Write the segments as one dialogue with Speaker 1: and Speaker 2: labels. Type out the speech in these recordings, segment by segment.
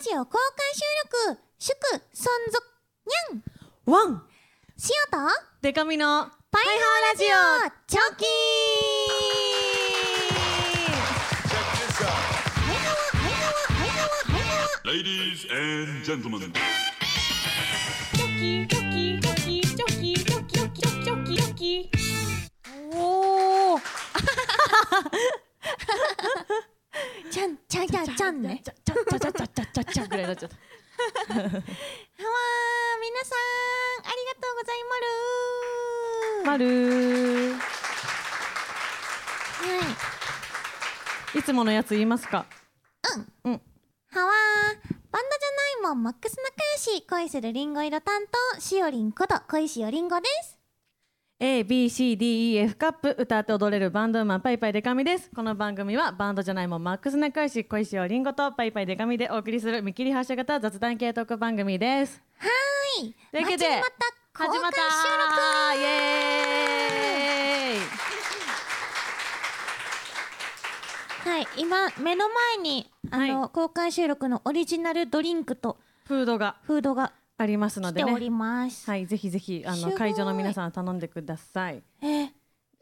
Speaker 1: ジオ公開収録祝存続にゃん
Speaker 2: ワン
Speaker 1: しおと
Speaker 2: デカミの
Speaker 1: パイハーラジオチョキパイハワパイハワパイハワパイハワ
Speaker 3: Ladies and gentlemen.
Speaker 2: おお
Speaker 1: ちゃんちゃんちゃんちゃんね
Speaker 2: ちゃちゃちゃちゃちゃちゃちゃぐらいになっちゃった
Speaker 1: はわー皆さんありがとうございま
Speaker 2: ま
Speaker 1: る
Speaker 2: るー
Speaker 1: はい
Speaker 2: いつものやつ言いますかうんうん
Speaker 1: はわーバンドじゃないもんマックス仲良し恋するリンゴ色担当しおりんこと恋しおりんごです
Speaker 2: A, B, C, D, E, F カップ歌って踊れるバンドウーマンパイパイデカミですこの番組はバンドじゃないもんマックス仲良し恋しおりんごとパイパイデカミでお送りする見切り発車型雑談系トーク番組です
Speaker 1: はーい
Speaker 2: というわけで
Speaker 1: 始まった公
Speaker 2: 始ま
Speaker 1: 開
Speaker 2: った
Speaker 1: 収録
Speaker 2: イエーイ
Speaker 1: はい今目の前にあの、
Speaker 2: はい
Speaker 1: 公開収録のオリジナルドリンクと
Speaker 2: フードが
Speaker 1: フードが
Speaker 2: ありますの
Speaker 1: 来
Speaker 2: で
Speaker 1: ており
Speaker 2: ね
Speaker 1: ます、
Speaker 2: はいぜひぜひあ
Speaker 1: すご
Speaker 2: の
Speaker 1: い
Speaker 2: 会場の皆さん頼んでください
Speaker 1: えー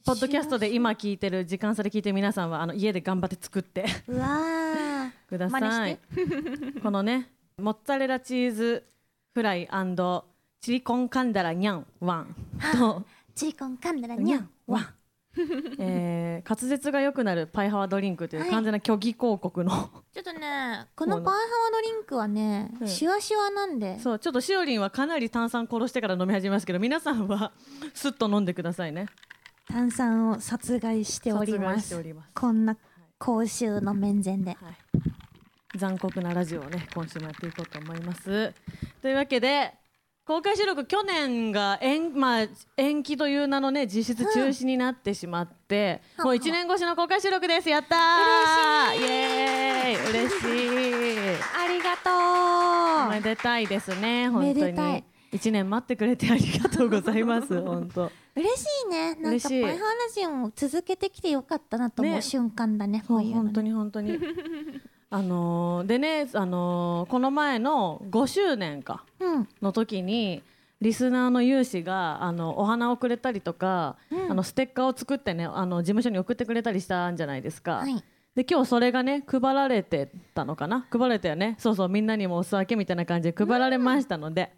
Speaker 2: ポッドキャストで今聞いてる時間差で聞いてる皆さんはあの家で頑張って作って
Speaker 1: うわー
Speaker 2: くだ
Speaker 1: 真
Speaker 2: さ
Speaker 1: 似
Speaker 2: い。このね、モッツァレラチーズフライチリコンカンダラニャンワンと
Speaker 1: チリコン噛んだらに
Speaker 2: ニ
Speaker 1: ゃ
Speaker 2: ャ
Speaker 1: ん
Speaker 2: ンワ ン。えー、滑舌が良くなるパイハワドリンクと
Speaker 1: は
Speaker 2: いう
Speaker 1: い
Speaker 2: 完全な虚偽広告の、
Speaker 1: ちょっとねこの
Speaker 2: こう
Speaker 1: パ
Speaker 2: な
Speaker 1: ンハワドリンクはね、
Speaker 2: うん
Speaker 1: シュワシュワなんで
Speaker 2: そうちょっとしおりんはかなり炭酸殺してから飲み始めますけど皆さんはすっと飲んでくださ いね
Speaker 1: 炭酸を殺害しておりま
Speaker 2: 殺害して
Speaker 1: す
Speaker 2: おります
Speaker 1: こんな公衆の面前で
Speaker 2: はい、残酷なラジオをね今週もやっていこうと思います。というわけで公開収録去年が延,、まあ、延期という名のね実質中止になってしまって、
Speaker 1: うん
Speaker 2: も
Speaker 1: はは
Speaker 2: う1年越しの公開収録ですやった
Speaker 1: 嬉
Speaker 2: ー
Speaker 1: しい
Speaker 2: イエーイ嬉しい
Speaker 1: ありが
Speaker 2: お
Speaker 1: と
Speaker 2: め
Speaker 1: う
Speaker 2: でたいですね本
Speaker 1: め
Speaker 2: 当
Speaker 1: でたい
Speaker 2: に1年待ってくれてありがとうございます本当
Speaker 1: 嬉しいねなん
Speaker 2: 嬉
Speaker 1: か
Speaker 2: しい
Speaker 1: パイハワラジオも続けてきてよかったなと思う
Speaker 2: ね
Speaker 1: 瞬間だねこ
Speaker 2: そうう
Speaker 1: いうの
Speaker 2: 本当
Speaker 1: ね
Speaker 2: に本当 にあのーでね、あのーこの前の5周年か
Speaker 1: うん
Speaker 2: の時にリスナーの有志があのお花をくれたりとか、
Speaker 1: うん
Speaker 2: あのステッカーを作ってねあの事務所に送ってくれたりしたんじゃないですか、
Speaker 1: はい
Speaker 2: で今日それがね配られてたのかな配られたよねそうそうみんなにもお裾分けみたいな感じで配られましたので、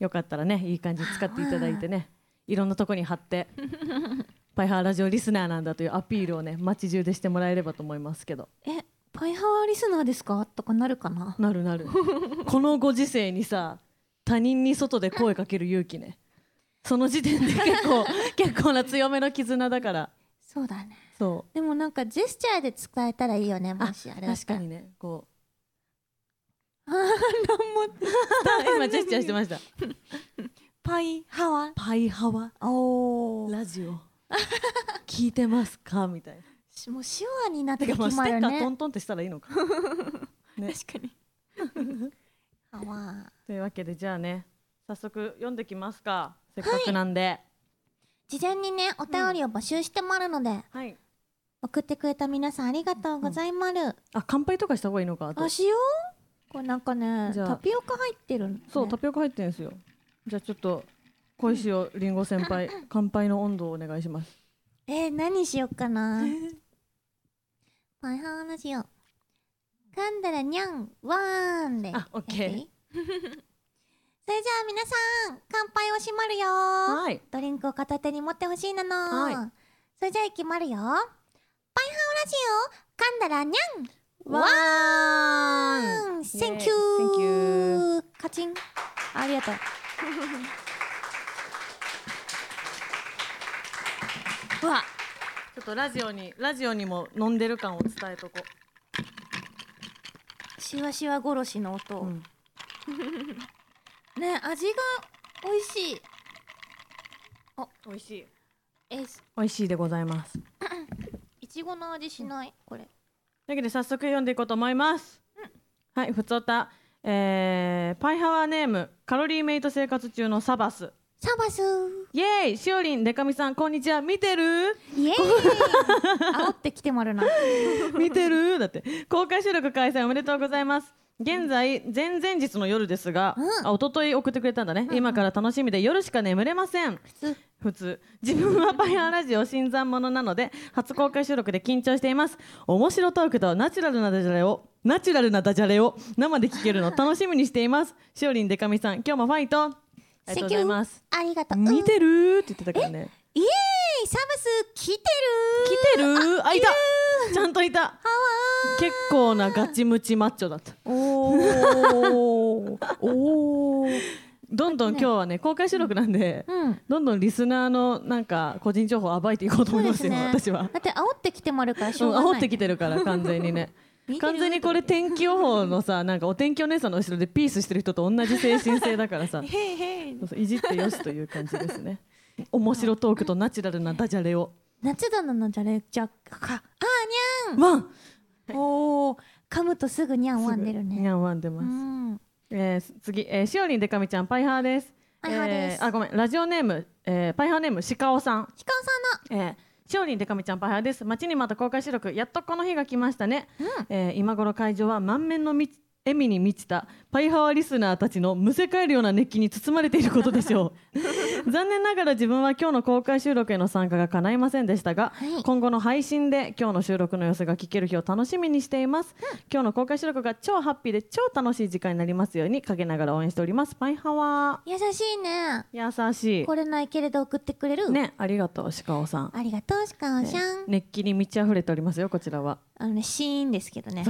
Speaker 2: よかったらねいい感じに使っていただいてねいろんなとこに貼ってパイハーラジオリスナーなんだというアピールをね街中でしてもらえればと思いますけど
Speaker 1: えパイハワリスナーですかとかなるかな
Speaker 2: なるなるこのご時世にさ他人に外で声かける勇気ねその時点で 結構結構な強めの絆だから
Speaker 1: そうだね
Speaker 2: そ
Speaker 1: でもなんかジェスチャーで伝えたらいいよね
Speaker 2: うあ
Speaker 1: もしあれだっ
Speaker 2: 確
Speaker 1: た
Speaker 2: からにねこ
Speaker 1: あ
Speaker 2: う
Speaker 1: ーなんも
Speaker 2: 今ジェスチャーしてました
Speaker 1: パイハワ
Speaker 2: パイハワ
Speaker 1: おー
Speaker 2: ラジオ聞いてますかみたいな
Speaker 1: しもう手話になって
Speaker 2: て
Speaker 1: き
Speaker 2: かまあス
Speaker 1: ま
Speaker 2: テ
Speaker 1: る
Speaker 2: ッカート
Speaker 1: ね
Speaker 2: ントンってしたらいいのかね
Speaker 1: 確かにハワ
Speaker 2: というわけでじゃあね早速読んできますかせっかくなんで
Speaker 1: 事前にねお便りを募集してもあるので、
Speaker 2: はい、
Speaker 1: 送ってくれた皆さんありがとうございまる、
Speaker 2: あ乾杯とかした方がいいのかあと
Speaker 1: あしようこれなんかね
Speaker 2: じゃあ
Speaker 1: タピオカ入ってるの、ね、
Speaker 2: そう、タピオカ入ってるんですよ。じゃあちょっと小石をりんご先 輩、乾杯の温度をお願いします。
Speaker 1: えー、何しよっかな パイハーラジオ噛んだらにゃんわーんで
Speaker 2: あオッケー
Speaker 1: やっていい それじゃあ皆さん乾杯をしまるよー
Speaker 2: はい。
Speaker 1: ドリンクを片手に持ってほしいなの、
Speaker 2: はい
Speaker 1: それじゃあいきまるよパイハーラジオ噛んだらにゃん
Speaker 2: わーん。
Speaker 1: うん、
Speaker 2: イエー
Speaker 1: Thank
Speaker 2: イ Thank
Speaker 1: you!
Speaker 2: you
Speaker 1: カチンありがと う。うわ、
Speaker 2: ちょっとラジオにラジオにも飲んでる感を伝えとこ
Speaker 1: しわしわ殺しの音。
Speaker 2: う。うん。
Speaker 1: ね、味が美味しい。
Speaker 2: 美味しい。
Speaker 1: え、
Speaker 2: 美味しいでございます。という
Speaker 1: いちごの味しない、これ。
Speaker 2: わけで早速読んでいこうと思います。はい、ふつおた。えー、パイハワーネームカロリーメイト生活中のサバス
Speaker 1: サバス
Speaker 2: イエーイしおりんでかみさんこんにちは見てる
Speaker 1: イエーイ 煽ってきてまるな。
Speaker 2: 見てるだって公開収録開催おめでとうございます現在前々日の夜ですが、
Speaker 1: うん
Speaker 2: あ一昨日送ってくれたんだね、今から楽しみで夜しか眠れません
Speaker 1: 通
Speaker 2: 普通自分はパイハーラジオ新参者なので初公開収録で緊張しています面白トークとナチュラルなダジャレをナチュラルなダジャレを生で聞けるの楽しみにしていますしおりんでかみさん今日もファイトありがとうございます
Speaker 1: Thank you ありがとう。うん
Speaker 2: 見てるって言ってたからね
Speaker 1: イエーイサムス来てる
Speaker 2: 来てるあいたちゃんといた結構なガチムチマッチョだった
Speaker 1: お
Speaker 2: おおどんどん今日はね公開収録なんで、
Speaker 1: うん。
Speaker 2: どんどんリスナーのなんか個人情報を暴いていこうと思いますよ私は。
Speaker 1: だって煽ってきてもあるからし
Speaker 2: う、
Speaker 1: ょうんがない。
Speaker 2: 煽ってきてるから完全にね
Speaker 1: 見てる
Speaker 2: 完全にこれ天気予報のさなんかお天気お姉さんの後ろでピースしてる人と同じ精神性だからさ
Speaker 1: へいへい
Speaker 2: そうそういじってよしという感じです ね面白トークとナチュラルなダジャレを
Speaker 1: 夏だなのじゃれじゃか。あーに
Speaker 2: ワン
Speaker 1: ゃん。おお。噛むとすぐにゃんわんでる
Speaker 2: い
Speaker 1: ね。
Speaker 2: やワン出ま
Speaker 1: う
Speaker 2: す、
Speaker 1: ん。
Speaker 2: えー次、えー、しおりんでかみちゃんパイハーです
Speaker 1: パイハーです
Speaker 2: えーあごめんラジオネーム、えーパイハーネームしかおさん
Speaker 1: ヒカン
Speaker 2: えーしおりんでかみちゃんパイハーです待ちにまた公開収録やっとこの日が来ましたね、えー今頃会場は満面のみ笑みに満ちたパイハワリスナーたちのむせ返るような熱気に包まれていることでしょ う残念ながら自分は今日の公開収録への参加が叶いませんでしたが、
Speaker 1: はい
Speaker 2: 今後の配信で今日の収録の様子が聞ける日を楽しみにしています、今日の公開収録が超ハッピーで超楽しい時間になりますように陰ながら応援しておりますパイハワ
Speaker 1: さんの優しいね。
Speaker 2: 優しい
Speaker 1: 来れないけれど送ってくれる。。
Speaker 2: ねありがとう鹿尾さん
Speaker 1: ありがとうシカンシャン。
Speaker 2: 熱気に満ち溢れておりますよこちら は
Speaker 1: あのねシーンですけどね。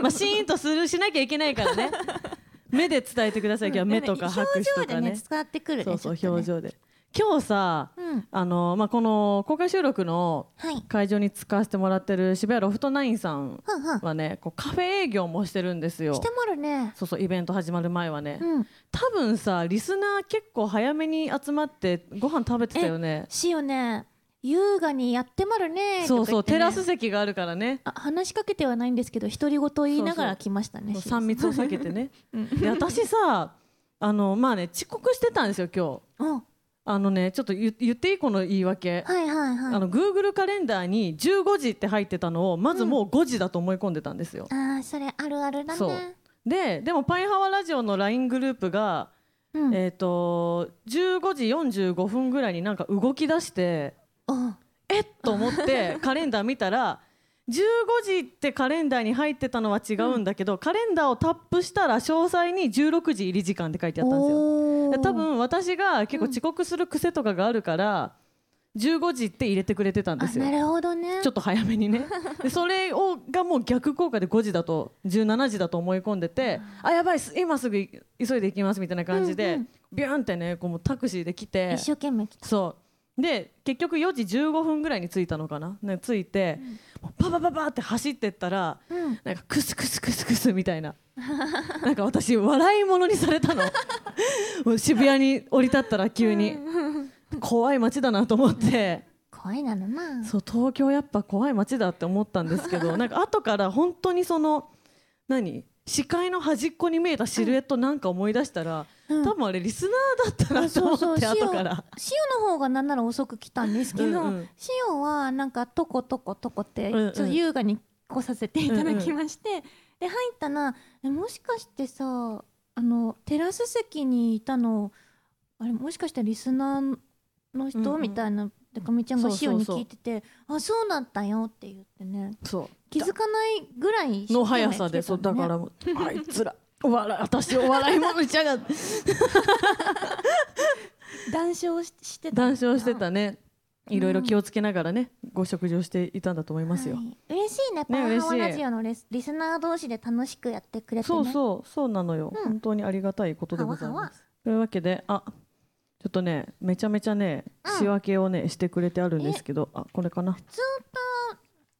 Speaker 2: まあシーンとするしなきゃいけないからね 目で伝えてください今日は目とか拍手と
Speaker 1: 表情
Speaker 2: か
Speaker 1: で
Speaker 2: ね
Speaker 1: ね伝わってくるね。
Speaker 2: そうそう
Speaker 1: ちょっとね
Speaker 2: 表。情で今日さ
Speaker 1: うん。
Speaker 2: あのまあこの公開収録の
Speaker 1: はい。
Speaker 2: 会場に使わせてもらってる渋谷ロフトナインさん
Speaker 1: はんはん。
Speaker 2: はねこうカフェ営業もしてるんですよ
Speaker 1: してもるね。
Speaker 2: そうそうイベント始まる前はね、
Speaker 1: うん。
Speaker 2: 多分さリスナー結構早めに集まってご飯食べてたよね
Speaker 1: しよね優雅にやってまるね
Speaker 2: そう
Speaker 1: と
Speaker 2: そう、
Speaker 1: か
Speaker 2: テ
Speaker 1: 言
Speaker 2: ラ
Speaker 1: ってね
Speaker 2: ス席があるからね
Speaker 1: あ話しかけてはないんですけど独り言を言いながら来ましたねしおさん
Speaker 2: 3密を避けてねで私さあのまあね遅刻してたんですよ今日
Speaker 1: うん
Speaker 2: あのねちょっと言言っていいこの言い訳、
Speaker 1: はいはいはい
Speaker 2: あの Google カレンダーに15時って入ってたのをまずもう5時だと思い込んでたんですよ、
Speaker 1: あーそれあるあるだ
Speaker 2: そう
Speaker 1: ね
Speaker 2: ででもパイハワラジオの LINE グループが、
Speaker 1: うん
Speaker 2: えっ、と15時45分ぐらいになんか動き出して
Speaker 1: うん
Speaker 2: えっと 思ってカレンダー見たら15時ってカレンダーに入ってたのは違うんだけど、カレンダーをタップしたら詳細に16時入り時間って書いてあったんですよ。
Speaker 1: お
Speaker 2: で
Speaker 1: ー
Speaker 2: 多分私が結構遅刻する癖とかがあるから、15時って入れてくれてたんで
Speaker 1: あ
Speaker 2: すよ
Speaker 1: な。るほどね
Speaker 2: ちょっと早め にねでそれをがもう逆効果で5時だと17時だと思い込んでてあやばいす今すぐ急いで行きますみたいな感じで、ビューンってねこうもうタクシーで来て
Speaker 1: 一生懸命来た
Speaker 2: そうで結局4時15分ぐらいに着いたのかな、ね、着いて、もうパパパパって走ってったら、
Speaker 1: うん
Speaker 2: なんかクスクスクスクスみたいな なんか私笑い物にされ たのもう渋谷に降り立ったら急に怖い街だなと思って
Speaker 1: 怖いなのな
Speaker 2: そう東京やっぱ怖い街だって思ったんですけ どなんか後から本当にその何視界の端っこに見えたシルエットなんか思い出したら、
Speaker 1: うん
Speaker 2: 多分あれリスナーだったなと思って
Speaker 1: しお
Speaker 2: 後から。
Speaker 1: しおの方がなんなら遅く来たんですけ
Speaker 2: う
Speaker 1: ど
Speaker 2: んうん
Speaker 1: しおはなんかとことことこって
Speaker 2: う
Speaker 1: ち
Speaker 2: んう
Speaker 1: ょ
Speaker 2: ん
Speaker 1: っと優雅に来させていただきましてで入ったらえもしかしてさあのテラス席にいたのあれもしかしてリスナーの人、
Speaker 2: うんうん
Speaker 1: みたいなでかみちゃんが
Speaker 2: そう
Speaker 1: し
Speaker 2: そう
Speaker 1: お
Speaker 2: そう
Speaker 1: に聞いててあそうなんだよって言ってね
Speaker 2: そう
Speaker 1: 気づかないぐらい
Speaker 2: の速さで、
Speaker 1: 一
Speaker 2: そ
Speaker 1: 生
Speaker 2: うだ
Speaker 1: 懸命来てたのね
Speaker 2: からもうあいつら笑い私お笑いも打ち上がって
Speaker 1: 談笑ししてた
Speaker 2: 談笑してたね
Speaker 1: うん
Speaker 2: いろいろ気をつけながらねご食事をしていたんだと思いますよ、
Speaker 1: はい嬉しいねパ
Speaker 2: ね
Speaker 1: ンハワ
Speaker 2: 嬉しい
Speaker 1: ラジオのレスリスナー同士で楽しくやってくれてね
Speaker 2: そうそうそうなのよ、
Speaker 1: うん
Speaker 2: 本当にありがたいことでござい
Speaker 1: はわは
Speaker 2: ま
Speaker 1: わ
Speaker 2: すというわけであちょっとねめちゃめちゃね
Speaker 1: うん
Speaker 2: 仕分けをねしてくれてあるんですけどあこれかな
Speaker 1: 普通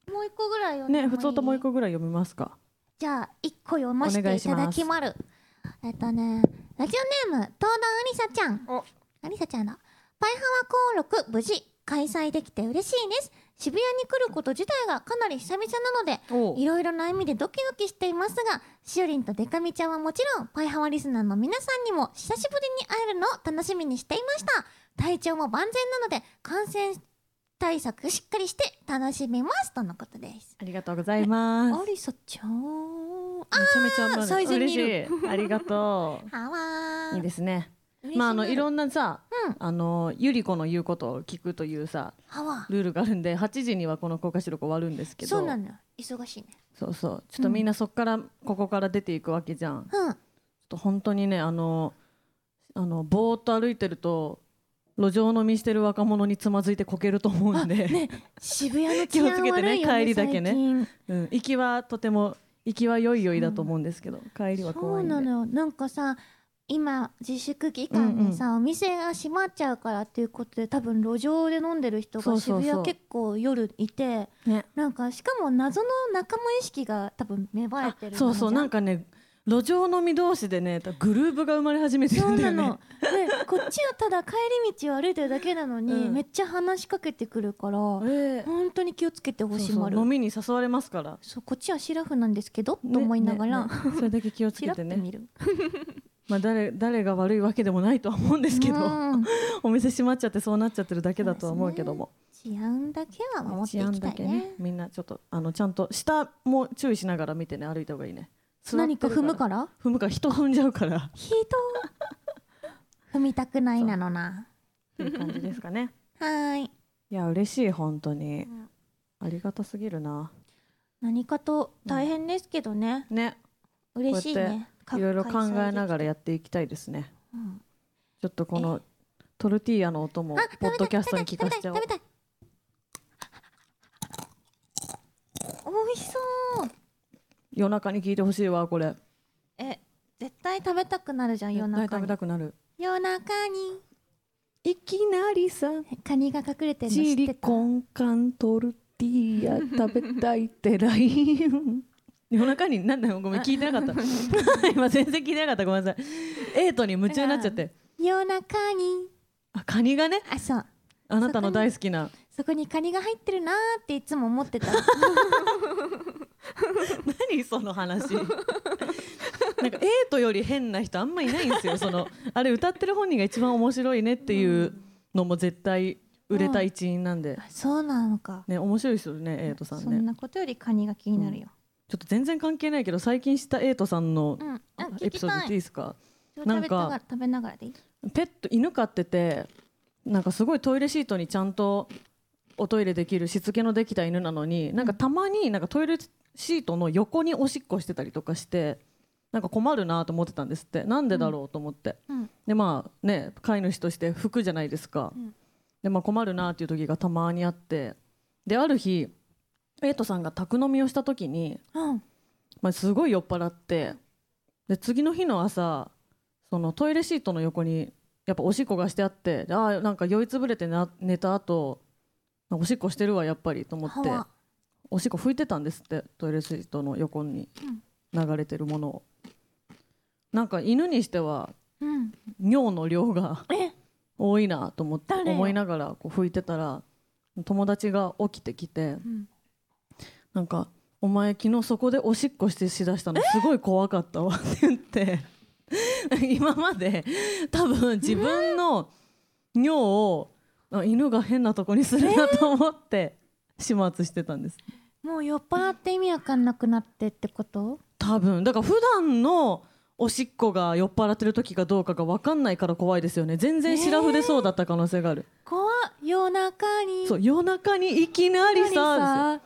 Speaker 1: ともう一個ぐらい読んでもい
Speaker 2: ね
Speaker 1: い
Speaker 2: 普通ともう一個ぐらい読みますか
Speaker 1: じゃあ一個読ませていただきまるえっとねラジオネーム東堂ありさちゃん
Speaker 2: お
Speaker 1: ありさちゃんだパイハワ登録無事開催できて嬉しいです渋谷に来ること自体がかなり久々なので
Speaker 2: お
Speaker 1: いろいろな意味でドキドキしていますが、しおりんとデカミちゃんはもちろん、パイハワリスナーの皆さんにも久しぶりに会えるのを楽しみにしていました。体調も万全なので、感染対策しっかりして楽しめますとのことです。
Speaker 2: ありがとうございます
Speaker 1: ありさちゃん。
Speaker 2: めちゃめちゃまあ
Speaker 1: サイズ
Speaker 2: 嬉
Speaker 1: 見
Speaker 2: し
Speaker 1: る
Speaker 2: いありがとう
Speaker 1: あわー
Speaker 2: いいですね
Speaker 1: 嬉し
Speaker 2: まああのい
Speaker 1: ん
Speaker 2: ろんなさ、
Speaker 1: うん
Speaker 2: あのゆり子の言うことを聞くというさ
Speaker 1: あわー
Speaker 2: ルールがあるんで8時にはこの公開収録終わるんですけど
Speaker 1: そうなんだ忙しいね
Speaker 2: そうそうちょっとみんなそっから、ここから出ていくわけじゃんちょっ
Speaker 1: うん
Speaker 2: と本当にねあのあのぼーっと歩いてると路上飲みしてる若者につまずいてこけると思うんで、
Speaker 1: ね 渋谷の
Speaker 2: 気
Speaker 1: 治
Speaker 2: を
Speaker 1: 安
Speaker 2: つ
Speaker 1: 悪い
Speaker 2: け
Speaker 1: よ
Speaker 2: てね
Speaker 1: ね
Speaker 2: 帰りだけね
Speaker 1: 最近
Speaker 2: うん、行きはとても行きは良い良いだと思うんですけど、帰りは
Speaker 1: そ
Speaker 2: 怖
Speaker 1: う
Speaker 2: いんで
Speaker 1: なのよなんかさ今自粛期間でさ、お店が閉まっちゃうからっていうことで多分路上で飲んでる人
Speaker 2: そう
Speaker 1: が
Speaker 2: そうそう
Speaker 1: 渋谷結構夜いて
Speaker 2: ね
Speaker 1: なんかしかも謎の仲間意識が多分芽生え
Speaker 2: あ
Speaker 1: てる
Speaker 2: そうそうなん
Speaker 1: か
Speaker 2: かね路上飲み同士でねグルーブが生まれ始めてる
Speaker 1: そ
Speaker 2: ん
Speaker 1: う
Speaker 2: だ
Speaker 1: な
Speaker 2: よね
Speaker 1: の、でこっちはただ帰り道を歩いてるだけなのに、
Speaker 2: うん
Speaker 1: めっちゃ話しかけてくるから
Speaker 2: ええ
Speaker 1: 本当に気をつけてほしい
Speaker 2: そう
Speaker 1: ま
Speaker 2: そう
Speaker 1: る
Speaker 2: 飲みに誘われますから、
Speaker 1: そうこっちはシラフなんですけど、と思いながら、
Speaker 2: ね ねねそれだけ気をつ
Speaker 1: チ
Speaker 2: け
Speaker 1: ラ
Speaker 2: て
Speaker 1: ッ
Speaker 2: ね
Speaker 1: と見る。
Speaker 2: まあ誰誰が悪いわけでもないとは思うんですけど、
Speaker 1: うん
Speaker 2: お店閉まっちゃってそうなっちゃってるだけだとは思うけども、
Speaker 1: 治安だけは守って
Speaker 2: 治
Speaker 1: い
Speaker 2: 安
Speaker 1: きた
Speaker 2: だ
Speaker 1: い
Speaker 2: け
Speaker 1: ね。
Speaker 2: ねみんなちょっとあのちゃんと下も注意しながら見てね歩いた方がいいね
Speaker 1: 何か踏むからら？
Speaker 2: 踏むから人踏んじゃうから
Speaker 1: 人 踏みたくないなのな。
Speaker 2: っていう感じですかね
Speaker 1: はーい。
Speaker 2: いや嬉しい本当に、
Speaker 1: ん
Speaker 2: ありがたすぎるな
Speaker 1: 何かと大変ですけどね。
Speaker 2: ね
Speaker 1: 嬉しいね。か
Speaker 2: いろいろ考えなが
Speaker 1: 開催
Speaker 2: ら
Speaker 1: で
Speaker 2: やっていきたいですね
Speaker 1: きうん
Speaker 2: ちょっとこのトルティーヤの音も
Speaker 1: あ
Speaker 2: ポッドキャストに聞
Speaker 1: 食べ
Speaker 2: か
Speaker 1: た
Speaker 2: せ
Speaker 1: い
Speaker 2: ちゃ
Speaker 1: 食
Speaker 2: おう
Speaker 1: べたい食べたい。美味しそう。
Speaker 2: 夜中に聞いてほしいわこれ
Speaker 1: え、絶対食べたくなるじゃん夜
Speaker 2: 絶
Speaker 1: 中
Speaker 2: 対食べ
Speaker 1: に。
Speaker 2: たくなる
Speaker 1: 夜中に
Speaker 2: いきなりさ
Speaker 1: カニが隠れてるの知
Speaker 2: チ
Speaker 1: って
Speaker 2: リ
Speaker 1: た。
Speaker 2: コンカントルティ ーヤ食べたいって LINE 夜中になんだよごめん聞いてなかった 今全然聞いてなかったごめんなさいエイトに夢中になっちゃって
Speaker 1: 夜中に。
Speaker 2: あカニがね
Speaker 1: あ、そう。
Speaker 2: あなたの大好きな
Speaker 1: そこにカニが入ってるなーっていつも思って た
Speaker 2: 何その話なんかエイトより変な人あんまいないんですよそのあれ歌ってる本人が一番面白いねっていうのも絶対売れた一員なんで、
Speaker 1: そうなのか、
Speaker 2: ね、面白いですよねエイトさん
Speaker 1: そ
Speaker 2: ね
Speaker 1: んなことよりカニが気になるよ、
Speaker 2: ちょっと全然関係ないけど最近知ったエイトさんの
Speaker 1: うんあ聞
Speaker 2: エ
Speaker 1: き
Speaker 2: ピソード言
Speaker 1: た
Speaker 2: っ
Speaker 1: い
Speaker 2: ていいですか
Speaker 1: ちょ
Speaker 2: な
Speaker 1: 食
Speaker 2: んか
Speaker 1: べながら食べながらでいい
Speaker 2: ペット犬飼っててなんかすごいトイレシートにちゃんとおトイレできるしつけのできた犬なのになんかたまになんかトイレシートの横におしっこしてたりとかしてなんか困るなと思ってたんですってなんでだろうと思って、
Speaker 1: うん
Speaker 2: でまあね飼い主として服じゃないですか、
Speaker 1: うん
Speaker 2: でまあ困るなっていう時がたまにあってである日エイトさんが宅飲みをした時に
Speaker 1: うん
Speaker 2: まあ、すごい酔っ払ってで次の日の朝そのトイレシートの横にやっぱおしっこがしてあってであーなんか酔いつぶれてな寝た後あおしっこしてるわやっぱりと思って
Speaker 1: はわ
Speaker 2: おしっこ拭いてたんですってトイレシートの横に流れてるものを、なんか犬にしては
Speaker 1: うん
Speaker 2: 尿の量が
Speaker 1: え
Speaker 2: 多いなと思って
Speaker 1: 誰よ
Speaker 2: 思いながらこう拭いてたら友達が起きてきて
Speaker 1: うん
Speaker 2: なんか「お前昨日そこでおしっこしてしだしたのすごい怖かったわ」って言って 今まで多分自分の尿をあ犬が変なとこにするなと思って始末してたんです
Speaker 1: もう酔っ払って意味わかんなくなってってこと
Speaker 2: 多分だから普段のおしっこが酔っ払ってる時かどうかが分かんないから怖いですよね全然シラフでそうだった可能性がある、
Speaker 1: 怖っ夜中に
Speaker 2: そう夜中にいきなり
Speaker 1: いきな
Speaker 2: さ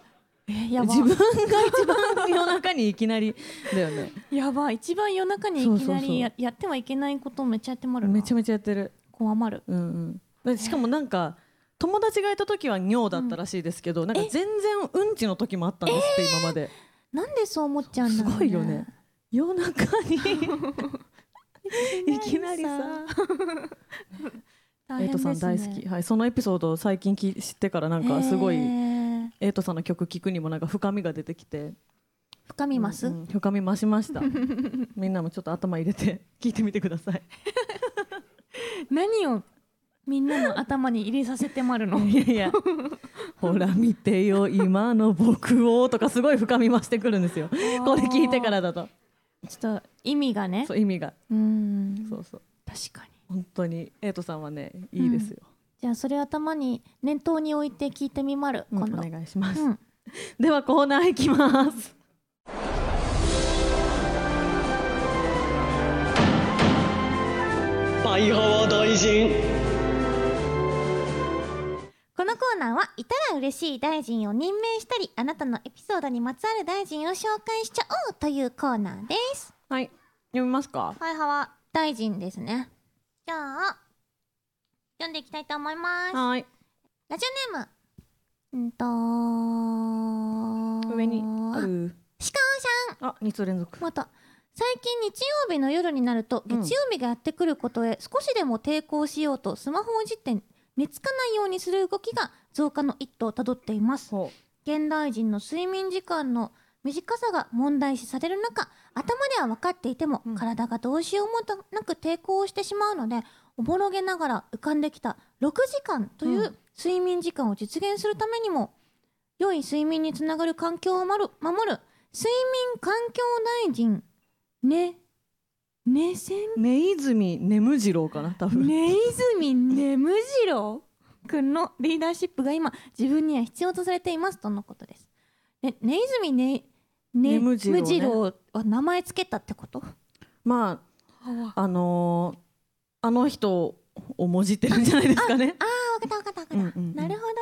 Speaker 1: りさえやば
Speaker 2: ですよ自分が一番夜中にいきなりだよね
Speaker 1: やばい一番夜中にいきなりや
Speaker 2: そうそうそう
Speaker 1: やってはいけないことをめっちゃやってもらう
Speaker 2: めちゃ
Speaker 1: めち
Speaker 2: めちゃやってる
Speaker 1: ゃ怖まる
Speaker 2: うんうんで、しかもなんか友達がいた時は尿だったらしいですけど、なんか
Speaker 1: え
Speaker 2: 全然うんちの時もあったんですって、今まで
Speaker 1: なんでそう思っちゃうんだろう、ね、
Speaker 2: すごいよね夜中 にいきなりさ
Speaker 1: 大変
Speaker 2: エイ
Speaker 1: で
Speaker 2: ト
Speaker 1: す
Speaker 2: さ
Speaker 1: ね
Speaker 2: ん大好き、はい、そのエピソードを最近き知ってからなんかすごい、
Speaker 1: えー
Speaker 2: エイトさんの曲聴くにもなんか深みが出てきて
Speaker 1: 深みます、
Speaker 2: うんうん深み増しました みんなもちょっと頭入れて聞いてみてくださ い
Speaker 1: 何をみんなの頭に入れさせてまる の
Speaker 2: いやいやほら見てよ今の僕をとかすごい深み増してくる んですよこれ聞いてからだと
Speaker 1: ちょっと意味がね
Speaker 2: そう意味が
Speaker 1: うーん
Speaker 2: そうそう
Speaker 1: 確かに
Speaker 2: 本当にエイトさんはねいいですよ、
Speaker 1: じじゃあそれ頭に念頭に置いて聞いてみまる
Speaker 2: うん
Speaker 1: 今度、
Speaker 2: お願いします、
Speaker 1: うん
Speaker 2: ではコーナーいきます
Speaker 4: バイハワ大臣
Speaker 1: このコーナーはいたら嬉しい大臣を任命したりあなたのエピソードにまつわる大臣を紹介しちゃおうというコーナーです
Speaker 2: はい読みますか
Speaker 1: はいはわ大臣ですねじゃあ読んでいきたいと思います
Speaker 2: はい
Speaker 1: ラジオネームうんと
Speaker 2: 上にあ
Speaker 1: あ
Speaker 2: る
Speaker 1: 鹿尾さん
Speaker 2: あ二通連続
Speaker 1: また最近日曜日の夜になると
Speaker 2: うん
Speaker 1: 月曜日がやってくることへ少しでも抵抗しようとスマホをいじって寝つかないようにする動きが増加の一途をたどっています
Speaker 2: ほ
Speaker 1: 現代人の睡眠時間の短さが問題視される中頭では分かっていても、
Speaker 2: うん
Speaker 1: 体がどうしようもなく抵抗してしまうのでおぼろげながら浮かんできた6時間といううん睡眠時間を実現するためにも良い睡眠につながる環境を守る守る睡眠環境大臣ねねせん
Speaker 2: う根泉眠次郎かな多分、
Speaker 1: ね泉眠次郎くんのリーダーシップが今自分には必要とされていますとのことです。ね、ね泉ねね
Speaker 2: 眠
Speaker 1: む
Speaker 2: 次郎ね
Speaker 1: じろうは名前つけたってこと？
Speaker 2: まああのーあの人をもじってるんじゃないですかね
Speaker 1: ああ分かった分かった分かった。
Speaker 2: うんうんうん
Speaker 1: なるほどね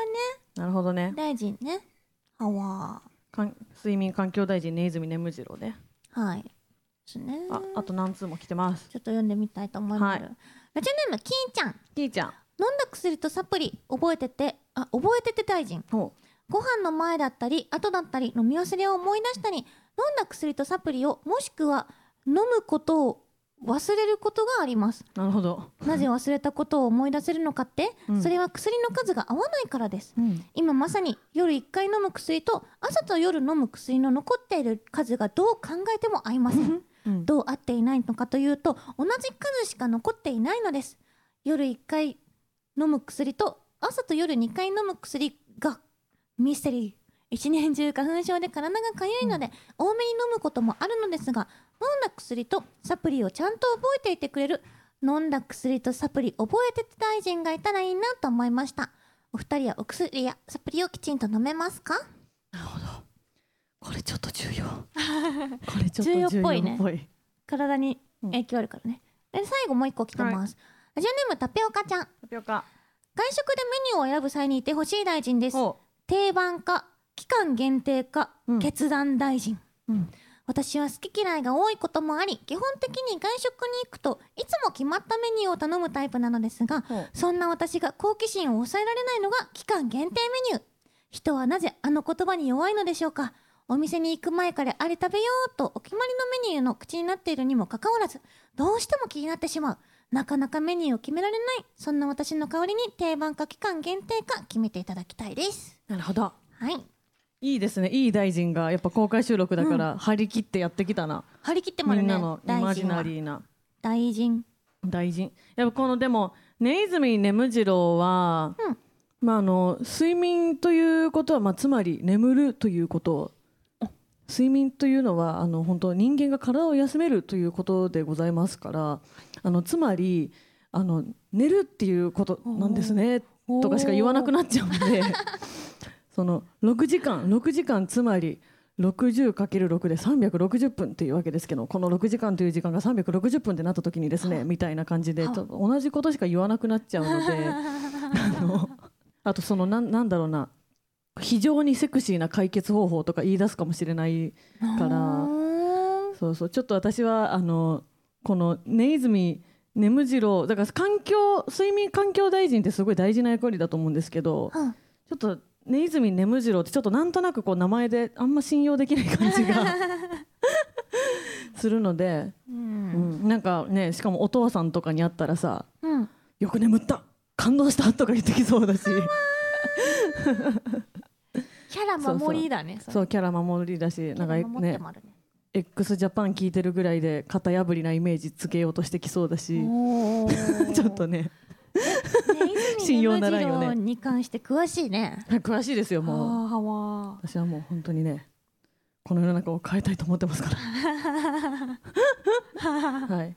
Speaker 2: なるほどね
Speaker 1: 大臣ね。はわ
Speaker 2: かん睡眠環境大臣根泉眠次郎ね
Speaker 1: ーはいですね。
Speaker 2: ああと何通も来てます
Speaker 1: ちょっと読んでみたいと思います。
Speaker 2: はい
Speaker 1: ラジオネームキーちゃん
Speaker 2: きーちゃん
Speaker 1: 飲んだ薬とサプリ覚えててあ覚えてて大臣。
Speaker 2: ほ
Speaker 1: ご飯の前だったり後だったり飲み忘れを思い出したり飲んだ薬とサプリをもしくは飲むことを忘れることがあります
Speaker 2: うなるほど、
Speaker 1: なぜ忘れたことを思い出せるのかって、
Speaker 2: うん
Speaker 1: それは薬の数が合わないからです
Speaker 2: うん、
Speaker 1: 今まさに夜1回飲む薬と朝と夜飲む薬の残っている数がどう考えても合いません
Speaker 2: うん
Speaker 1: どう合っていないのかというと同じ数しか残っていないのです夜1回飲む薬と朝と夜2回飲む薬がミステリー一年中花粉症で体が痒いので、多めに飲むこともあるのですが飲んだ薬とサプリをちゃんと覚えていてくれる飲んだ薬とサプリ覚えてて大臣がいたらいいなと思いましたお二人はお薬やサプリをきちんと飲めますか
Speaker 2: これちょっと重 要これちょっ
Speaker 1: 重
Speaker 2: と重要
Speaker 1: 要
Speaker 2: っ
Speaker 1: っ
Speaker 2: ぽ
Speaker 1: ぽ
Speaker 2: い
Speaker 1: い
Speaker 2: ね
Speaker 1: ね体に影響あるからね、で最後もう一個来てます、ラジオネームタピオカちゃん
Speaker 2: タピオカ
Speaker 1: 外食でメニューを選ぶ際にいてほしい大臣です
Speaker 2: ほ
Speaker 1: 定番か期間限定か、
Speaker 2: うん
Speaker 1: 決断大臣
Speaker 2: う、うん、
Speaker 1: 私は好き嫌いが多いこともあり基本的に外食に行くといつも決まったメニューを頼むタイプなのですが
Speaker 2: ほう
Speaker 1: そんな私が好奇心を抑えられないのが期間限定メニュー人はなぜあの言葉に弱いのでしょうかお店に行く前からあれ食べようとお決まりのメニューの口になっているにもかかわらずどうしても気になってしまうなかなかメニューを決められないそんな私の代わりに定番か期間限定か決めていただきたいです
Speaker 2: なるほど
Speaker 1: はい
Speaker 2: いいですねいい大臣がやっぱ公開収録だから張り切ってやってきたな、
Speaker 1: 張り切ってもら
Speaker 2: み
Speaker 1: うんね
Speaker 2: なのイマ
Speaker 1: 大
Speaker 2: ジ
Speaker 1: 臣
Speaker 2: ナ
Speaker 1: は
Speaker 2: リーな
Speaker 1: 大臣
Speaker 2: 大臣やっぱこのでも根泉眠次郎は、
Speaker 1: うん
Speaker 2: まああの睡眠ということは、まあ、つまり眠るということ睡眠というのはあの本当人間が体を休めるということでございますからあのつまりあの寝るっていうことなんですねとかしか言わなくなっちゃうんで その6時間6時間つまり 60×6 で360分っていうわけですけどこの6時間という時間が360分ってなった時にですねみたいな感じで
Speaker 1: は
Speaker 2: と同じことしか言わなくなっちゃうの であのあとそのなんなんだろうな非常にセクシーな解決方法とか言い出すかもしれないからそうそうちょっと私はあのこの根泉眠次郎だから環境睡眠環境大臣ってすごい大事な役割だと思うんですけど
Speaker 1: うん
Speaker 2: ちょっと根泉眠次郎ってちょっとなんとなくこう名前であんま信用できない感じ がするので、
Speaker 1: うん
Speaker 2: うんなんかねしかもお父さんとかに会ったらさ
Speaker 1: うん
Speaker 2: 「よく眠った感動した」とか言ってきそうだし
Speaker 1: キャラ守りだねそれ
Speaker 2: そうキャラ守りだしなんか
Speaker 1: キャラ守っ
Speaker 2: ね
Speaker 1: てもあるね
Speaker 2: x ジャパン聞いてるぐらいで型破りなイメージつけようとしてきそうだし ちょっとね
Speaker 1: ね
Speaker 2: 信用ならんよね
Speaker 1: 泉に関して詳しいね。
Speaker 2: 詳しいですよもう
Speaker 1: はあは
Speaker 2: 私はもう本当にね この世の中を変えたいと思ってますからはい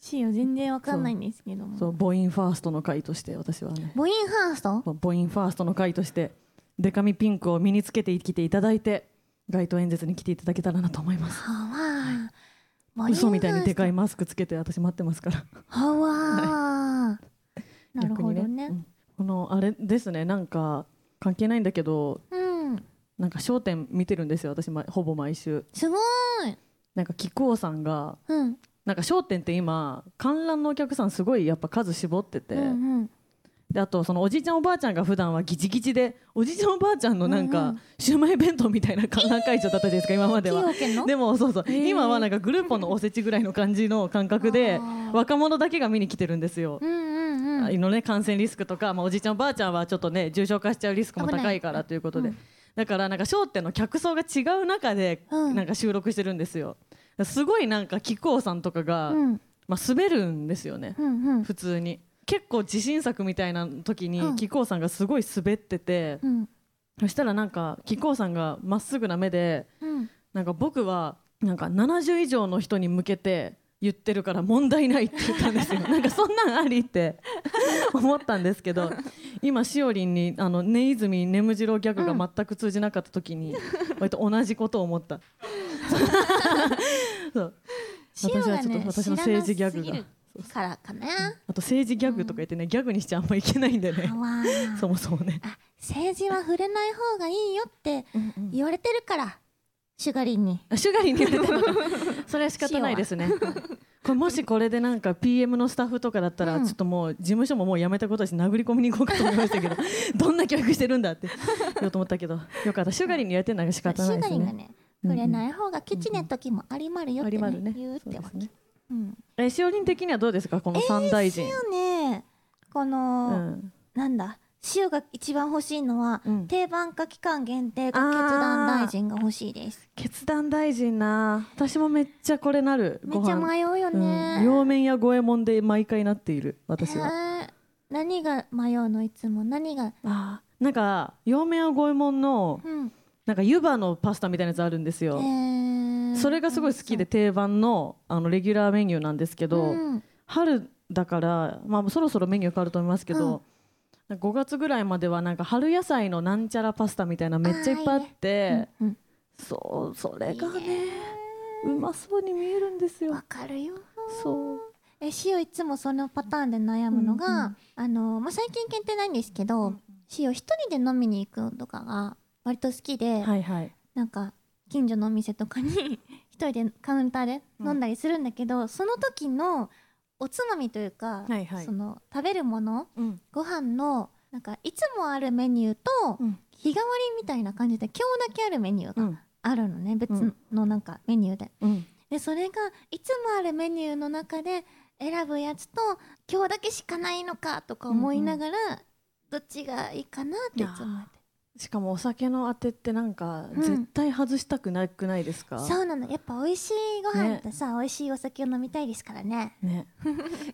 Speaker 1: シーンを全然わかんないんですけども
Speaker 2: そう母音ファーストの会として私はね
Speaker 1: 母音ハースト
Speaker 2: 母音ファーストの会としてデカミピンクを身につけてきていただいて街頭演説に来ていただけたらなと思います
Speaker 1: はわー、は
Speaker 2: 嘘みたいにでか
Speaker 1: い
Speaker 2: いマスクつけて私待ってますから
Speaker 1: はわー、なるほど
Speaker 2: 逆に
Speaker 1: ね
Speaker 2: うんこのあれですねなんか関係ないんだけど
Speaker 1: うん
Speaker 2: なんか『笑点』見てるんですよ私、ま、ほぼ毎週
Speaker 1: すごーい
Speaker 2: なんか木久扇さんが
Speaker 1: うん
Speaker 2: なんか『笑点』って今観覧のお客さんすごいやっぱ数絞ってて、
Speaker 1: うんうん
Speaker 2: であとそのおじいちゃんおばあちゃんが普段はギチギチでおじいちゃんおばあちゃんのなん
Speaker 1: うんう
Speaker 2: か
Speaker 1: ん
Speaker 2: シューマイ弁当みたいな観覧会場だったじゃないですか今まで
Speaker 1: 崎
Speaker 2: は
Speaker 1: 陽。軒の
Speaker 2: でもそうそう、
Speaker 1: へー
Speaker 2: 今はなんかグルーポンのおせちぐらいの感じの感覚で
Speaker 1: あー
Speaker 2: 若者だけが見に来てるんですよ。
Speaker 1: うんうんうん
Speaker 2: のね感染リスクとか、まあ、おじいちゃんおばあちゃんはちょっとね重症化しちゃうリスクも
Speaker 1: 危ない
Speaker 2: 高いからということで、
Speaker 1: うん
Speaker 2: だからなんか『笑点』の客層が違う中で
Speaker 1: うん
Speaker 2: なんか収録してるんですよ。すごいなんか木久扇さんとかが、
Speaker 1: うん
Speaker 2: まあ、滑るんですよね、
Speaker 1: うんうん
Speaker 2: 普通に。結構自信作みたいな時に
Speaker 1: うん
Speaker 2: 木久扇さんがすごい滑ってて、
Speaker 1: うん
Speaker 2: そしたらなんか木久扇さんがまっすぐな目で
Speaker 1: うん
Speaker 2: なんか僕はなんか70以上の人に向けて言ってるから問題ないって言ったんで すよなんかそんなんありって 思ったんですけど今しおりんにあの根泉眠次郎ギャグが全く通じなかった時に、割と同じことを思ったそう
Speaker 1: 私
Speaker 2: 私はちょっと私の政治ギャグが
Speaker 1: からかな
Speaker 2: あと政治ギャグとか言ってね、ギャグにしちゃあんまいけないんでね
Speaker 1: あわー
Speaker 2: そもそもね、
Speaker 1: あ政治は触れない方がいいよって言われてるからシュガリンに
Speaker 2: あシュガリーに言われたのか それは仕方ないですね これもしこれでなんか PM のスタッフとかだったら
Speaker 1: うん
Speaker 2: ちょっともう事務所ももう辞めたことだし殴り込みに行こうかと思いました けどどんな教育してるんだって言おうと思ったけどよかったシュガリーに言われてるのが仕
Speaker 1: シ
Speaker 2: 方ない
Speaker 1: ュ
Speaker 2: で
Speaker 1: ガ
Speaker 2: す
Speaker 1: リンが
Speaker 2: ね
Speaker 1: ね触れない方がケチな時もありまるよっ
Speaker 2: あ
Speaker 1: て
Speaker 2: り
Speaker 1: ね
Speaker 2: まるね
Speaker 1: 言うっ
Speaker 2: そう
Speaker 1: て
Speaker 2: で
Speaker 1: わ
Speaker 2: す
Speaker 1: け
Speaker 2: ね
Speaker 1: うん
Speaker 2: えしおりん的にはどうですかこの三大臣、
Speaker 1: 塩ねこ
Speaker 2: う
Speaker 1: の
Speaker 2: ん
Speaker 1: なんだ塩が一番欲しいのは
Speaker 2: うん
Speaker 1: 定番化期間限定か決断大臣が欲しいです
Speaker 2: 決断大臣な私もめっちゃこれなる
Speaker 1: めっちゃ迷うよ
Speaker 2: うん、
Speaker 1: ね
Speaker 2: 両面や五右衛門で毎回なっている私は、
Speaker 1: えー何が迷うのいつも何が
Speaker 2: あーなんか両面や五右衛門の
Speaker 1: うん
Speaker 2: なんか湯葉のパスタみたいなやつあるんですよ、それがすごい好きで定番のあのレギュラーメニューなんですけ
Speaker 1: け
Speaker 2: ど、
Speaker 1: うん
Speaker 2: 春だから、まあ、そろそろメニュー変わると思いますけど、なんか5月ぐらいまではなんか春野菜のなんちゃらパスタみたいなめっちゃいっぱいあって
Speaker 1: うん
Speaker 2: そうそれが
Speaker 1: いい
Speaker 2: ねうまそうに見えるんですよ
Speaker 1: わ。かるよ
Speaker 2: そう
Speaker 1: えしおいつもそのパターンで悩むのが、
Speaker 2: うんう
Speaker 1: あのまあ、最近限定ないんですけ
Speaker 2: う
Speaker 1: ど
Speaker 2: ん
Speaker 1: しお一人で飲みに行くのとかが割と好きで、
Speaker 2: はいはい
Speaker 1: なんか近所のお店とかに 一人でカウンターで飲んだりするんだけど、その時のおつまみというか、
Speaker 2: はいはい
Speaker 1: その食べるもの
Speaker 2: うん
Speaker 1: ご飯のなんかいつもあるメニューと
Speaker 2: うん
Speaker 1: 日替わりみたいな感じで今日だけあるメニュー
Speaker 2: う
Speaker 1: が
Speaker 2: ん
Speaker 1: あるのね、
Speaker 2: う
Speaker 1: 別
Speaker 2: ん
Speaker 1: のなんかメニューで。
Speaker 2: うん
Speaker 1: でそれがいつもあるメニューの中で選ぶやつと今日だけしかないのかとか思いながら、どっちがいいかなっていつも思って
Speaker 2: しかもお酒のあてってなんか
Speaker 1: うん
Speaker 2: 絶対外したくなくないですか、
Speaker 1: そうなのやっぱ美味しいご飯とさ、美味しいお酒を飲みたいですからね
Speaker 2: ね、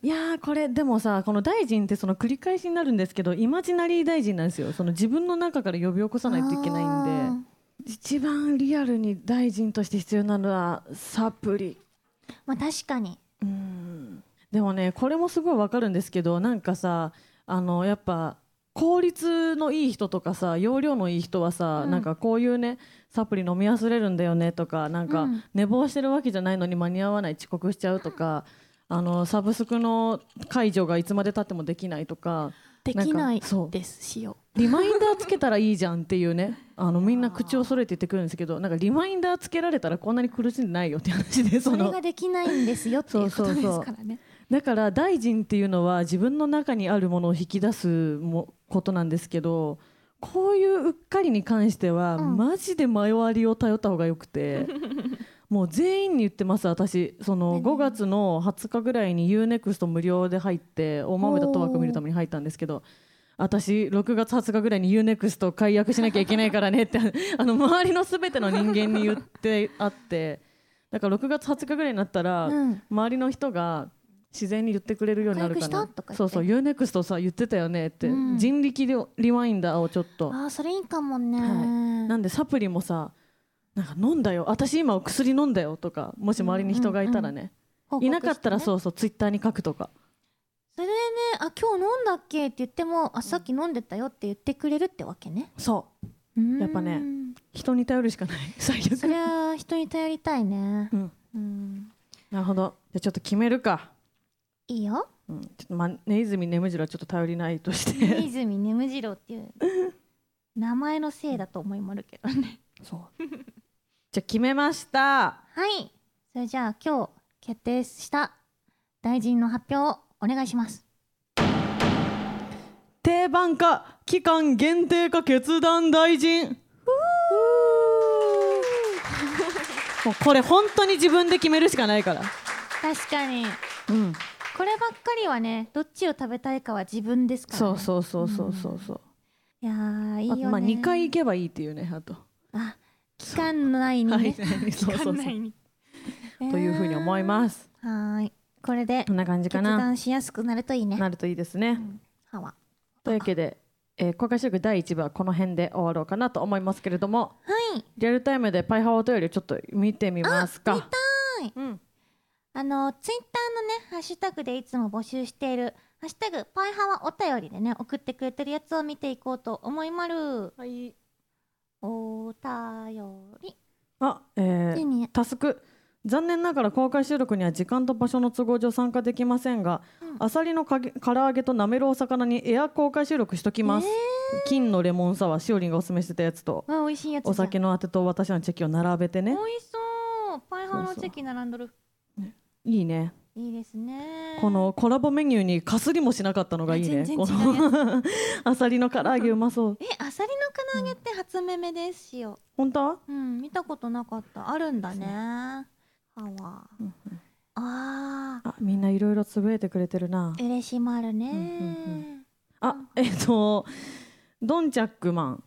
Speaker 2: いやーこれでもさこの大臣ってその繰り返しになるんですけどイマジナリー大臣なんですよその自分の中から呼び起こさないといけないん
Speaker 1: で
Speaker 2: で一番リアルに大臣として必要なのはサプリ
Speaker 1: まあ確かに
Speaker 2: うんでもねこれもすごいわかるんですけどなんかさあのやっぱ効率のいい人とかさ容量のいい人はさ、
Speaker 1: うん
Speaker 2: なんかこういうねサプリ飲み忘れるんだよねとかなんか、
Speaker 1: うん
Speaker 2: 寝坊してるわけじゃないのに間に合わない遅刻しちゃうとか、あのサブスクの解除がいつまでたってもできないとか
Speaker 4: で
Speaker 2: んか
Speaker 4: きない
Speaker 2: そう
Speaker 4: ですしよ
Speaker 2: リマインダーつけたらいいじゃんっていうねあのみんな口を揃えて言ってくるんですけどなんかリマインダーつけられたらこんなに苦しんでないよって話で
Speaker 1: そ
Speaker 2: そ
Speaker 1: れ
Speaker 2: の
Speaker 1: ができないんですよっていうことですからね
Speaker 2: だから大臣っていうのは自分の中にあるものを引き出すもことなんですけどこういううっかりに関しては、
Speaker 1: うん
Speaker 2: マジで迷わりを頼った方がよく てもう全員に言ってます私その
Speaker 1: 何
Speaker 2: 5月の20日ぐらいに UNEXT 無料で入って大豆だと枠見るために入ったんですけど私6月20日ぐらいに UNEXT 解約しなきゃいけないからねって あの周りの全ての人間に言ってあってだから6月20日ぐらいになったら、
Speaker 1: うん
Speaker 2: 周りの人が自然に言ってくれるようになるか
Speaker 1: 回
Speaker 2: な
Speaker 1: 復したとか言って
Speaker 2: そうそう UNEXT さ言ってたよねって、
Speaker 1: うん
Speaker 2: 人力でリワインダーをちょっと
Speaker 1: ああそれいいかもね、
Speaker 2: はなんでサプリもさなんか飲んだよ私今お薬飲んだよとかもし周りに人がいたらね、
Speaker 1: 報告
Speaker 2: いなかったら
Speaker 1: してね
Speaker 2: そうそうツイッターに書くとか
Speaker 1: それでねあ今日飲んだっけって言ってもあさっき飲んでたよって言ってくれるってわけね
Speaker 2: そう
Speaker 1: や
Speaker 2: やっぱね人に頼るしかない 最
Speaker 1: そ
Speaker 2: 悪
Speaker 1: りゃ人に頼りたいね
Speaker 2: うん
Speaker 1: うん
Speaker 2: なるほどじゃあちょっと決めるか、
Speaker 1: いい よ
Speaker 2: うん、ちょっとま根泉眠次郎はちょっと頼りないとし
Speaker 1: 根
Speaker 2: て
Speaker 1: 泉眠次郎っていう名前のせいだと思いもあるけど ね
Speaker 2: そうじゃあ決めました
Speaker 1: はいそれじゃあ今日決定した大臣の発表をお願いします
Speaker 2: 定番化期間限定化決断大臣もうこれ本当に自分で決めるしかないから
Speaker 1: 確かに
Speaker 2: うん
Speaker 1: こればっかりはねどっちを食べたいかは自分ですから、ね、
Speaker 2: そうそうそうそうそうそう
Speaker 1: いやーいい
Speaker 2: あ
Speaker 1: よね
Speaker 2: とまあ2回行けばいいっていうねあと
Speaker 1: あ期間内にね、
Speaker 2: はい そうそうそう
Speaker 1: に
Speaker 2: というふうに思いますす
Speaker 1: はーいこれで
Speaker 2: こんな感じ
Speaker 1: 決
Speaker 2: かな
Speaker 1: 断しやすくなるといいね
Speaker 2: なるといいですね、
Speaker 1: はわ
Speaker 2: というわけで、えー公開収録第1部はこの辺で終わろうかなと思いますけれども
Speaker 1: はい
Speaker 2: リアルタイムでパイハワお便りをちょっと見てみますか
Speaker 1: あ見たい
Speaker 2: うん、
Speaker 1: あのツイッターのねハッシュタグでいつも募集している「ハッシュタグパイハワお便り」でね送ってくれてるやつを見ていこうと思いまる
Speaker 2: はい、
Speaker 1: お便り
Speaker 2: あえー
Speaker 1: でね
Speaker 2: タスク残念ながら公開収録には時間と場所の都合上参加できませんが、
Speaker 1: うん
Speaker 2: アサリのかげ唐揚げとなめるお魚にエア公開収録しときます、
Speaker 1: え
Speaker 2: 金のレモンサワーしおりんがおすすめしてたやつと
Speaker 1: ー、わ美味しいやつじゃん
Speaker 2: お酒のあてと私のチェキを並べて
Speaker 1: 美
Speaker 2: ね
Speaker 1: 味しそうパイハワ
Speaker 2: そう
Speaker 1: の
Speaker 2: そう
Speaker 1: チェキ並んどる
Speaker 2: いいね
Speaker 1: いいですね
Speaker 2: このコラボメニューにかすりもしなかったのがいいね
Speaker 1: 全然違う
Speaker 2: この アサリの唐揚げうまそう
Speaker 1: えアサリの唐揚げって初めめですよ、
Speaker 2: 本当
Speaker 1: うん、見たことなかった。あるんだね。はわ。ああ、
Speaker 2: あみんないろいろつぶえてくれてるな
Speaker 1: 嬉しまるね、
Speaker 2: うんあえっとドンチャックマン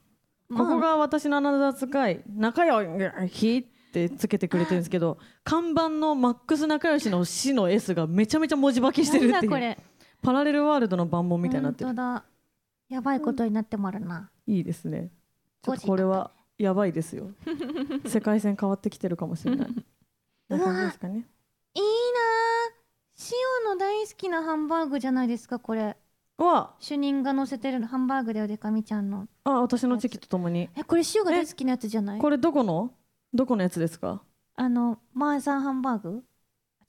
Speaker 1: まあ
Speaker 2: ここが私のアナザースカイ仲良しってつけてくれてるんですけど 看板のマックス仲良しの「し」の「S」がめちゃめちゃ文字化けしてるっ
Speaker 1: なん
Speaker 2: て
Speaker 1: だこ
Speaker 2: いう
Speaker 1: れ。
Speaker 2: パラレルワールドの版本みたいになってる
Speaker 1: 本当だ。やばいことになってもあるな。
Speaker 2: いいですねち
Speaker 1: ゴ
Speaker 2: ょっと
Speaker 1: ジ
Speaker 2: これはやばいです よ世界線変わってきてるかもしれ ないな感じですかね
Speaker 1: いいなー。塩の大好きなハンバーグじゃないですかこれ。
Speaker 2: は
Speaker 1: 主任が乗せてるハンバーグだよでかみちゃんの。
Speaker 2: あ私のチェキとともに
Speaker 1: えこれ塩が大好きなやつじゃない？
Speaker 2: これどこのどこのやつですか
Speaker 1: あのマーサンハンバーグ？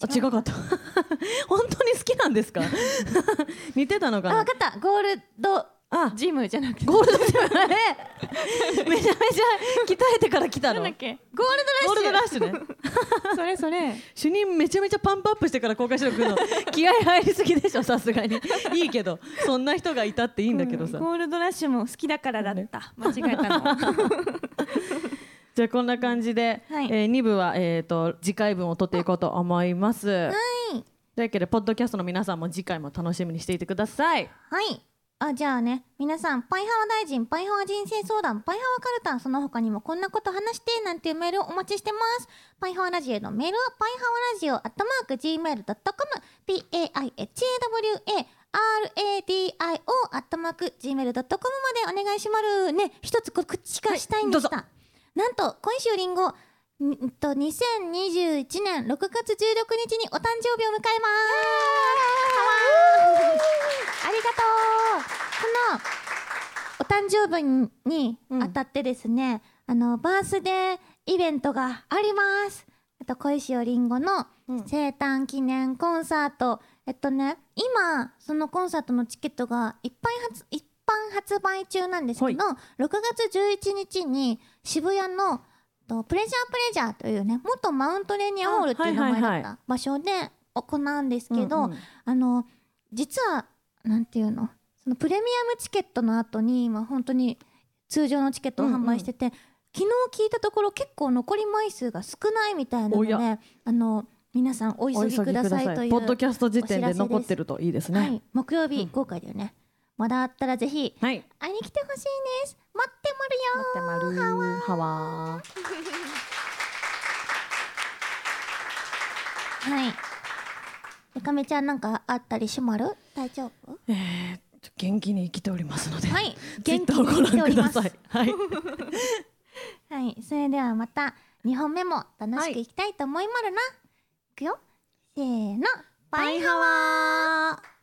Speaker 2: あ違かった 本当に好きなんですか 似てたのか
Speaker 1: あ
Speaker 2: な
Speaker 1: わかった。ゴールド
Speaker 2: あ
Speaker 1: ジムじゃなくて。
Speaker 2: ゴールドじゃ ないめちゃめちゃ鍛えてから来た
Speaker 1: なんだ
Speaker 2: のゴ
Speaker 1: っ
Speaker 2: ー
Speaker 1: け？ゴール
Speaker 2: ルド
Speaker 1: ド
Speaker 2: ラ
Speaker 1: ラッ
Speaker 2: ッシュね
Speaker 1: シ ュ。それそれ。
Speaker 2: 主任めちゃめちゃパンプアップしてから公開収録の 気合入りすぎでしょさすがに いいけどそんな人がいたっていいんだけどさ、
Speaker 1: うんゴールドラッシュも好きだからだった間違え たの
Speaker 2: じゃあこんな感じで、
Speaker 1: はい
Speaker 2: えー、2部は、えー、と次回分を取っていこうと思います。というわけでポッドキャストの皆さんも次回も楽しみにしていてください。
Speaker 1: はいあじゃあね皆さんパイハワ大臣パイハワ人生相談パイハワカルタンその他にもこんなこと話してなんていうメールをお待ちしてますパイハワラジオへのメールはパイハワラジオアットマーク Gmail.com p-a-i-h-a-w-a-r-a-d-i-o アットマーク Gmail.com までお願いしまるね一つ告知がしたいんでした、なんと今週りんごんんと2021年6月16日にお誕生日を迎えますかわーいありがとうこのお誕生日にあたってですね、あのバースデーイベントがありますあと小石よりんごの
Speaker 2: うん
Speaker 1: 生誕記念コンサート、えっとね今そのコンサートのチケットが一般発一般発売中なんですけど、6月11日に渋谷のとプレジャープレジャーというね元マウントレーニアホールっていう名前
Speaker 2: あ
Speaker 1: だ
Speaker 2: はい
Speaker 1: っ
Speaker 2: はいは
Speaker 1: た場所で行うんですけど、
Speaker 2: うんうん
Speaker 1: あの実はなんていうのそのプレミアムチケットの後に今本当に通常のチケットを販売してて、昨日聞いたところ結構残り枚数が少ないみたいなの
Speaker 2: お
Speaker 1: で
Speaker 2: や
Speaker 1: あの皆さんお急ぎくださいという
Speaker 2: ポッドキャスト時点
Speaker 1: お知らせ
Speaker 2: で
Speaker 1: です
Speaker 2: 残ってるといいです
Speaker 1: は
Speaker 2: ね。
Speaker 1: い、木曜
Speaker 2: う
Speaker 1: 日
Speaker 2: ん
Speaker 1: 公開だよね、まだあったらぜひ
Speaker 2: はい。
Speaker 1: 会いに来てほしいです待って
Speaker 2: 待って
Speaker 1: ま
Speaker 2: ま
Speaker 1: るよ
Speaker 2: るはわー
Speaker 1: はいでかめちゃんなんかあったりしまる大丈夫
Speaker 2: えー元気に生きておりますので、
Speaker 1: はい
Speaker 2: ツイッ
Speaker 1: 元気
Speaker 2: ターを
Speaker 1: に
Speaker 2: ご
Speaker 1: 生きてお
Speaker 2: 覧く
Speaker 1: り
Speaker 2: だ
Speaker 1: ます
Speaker 2: さい。はい。
Speaker 1: はい、それではまた2本目も楽しくいきたいと思いまるな。いくよ。せーのバイハワー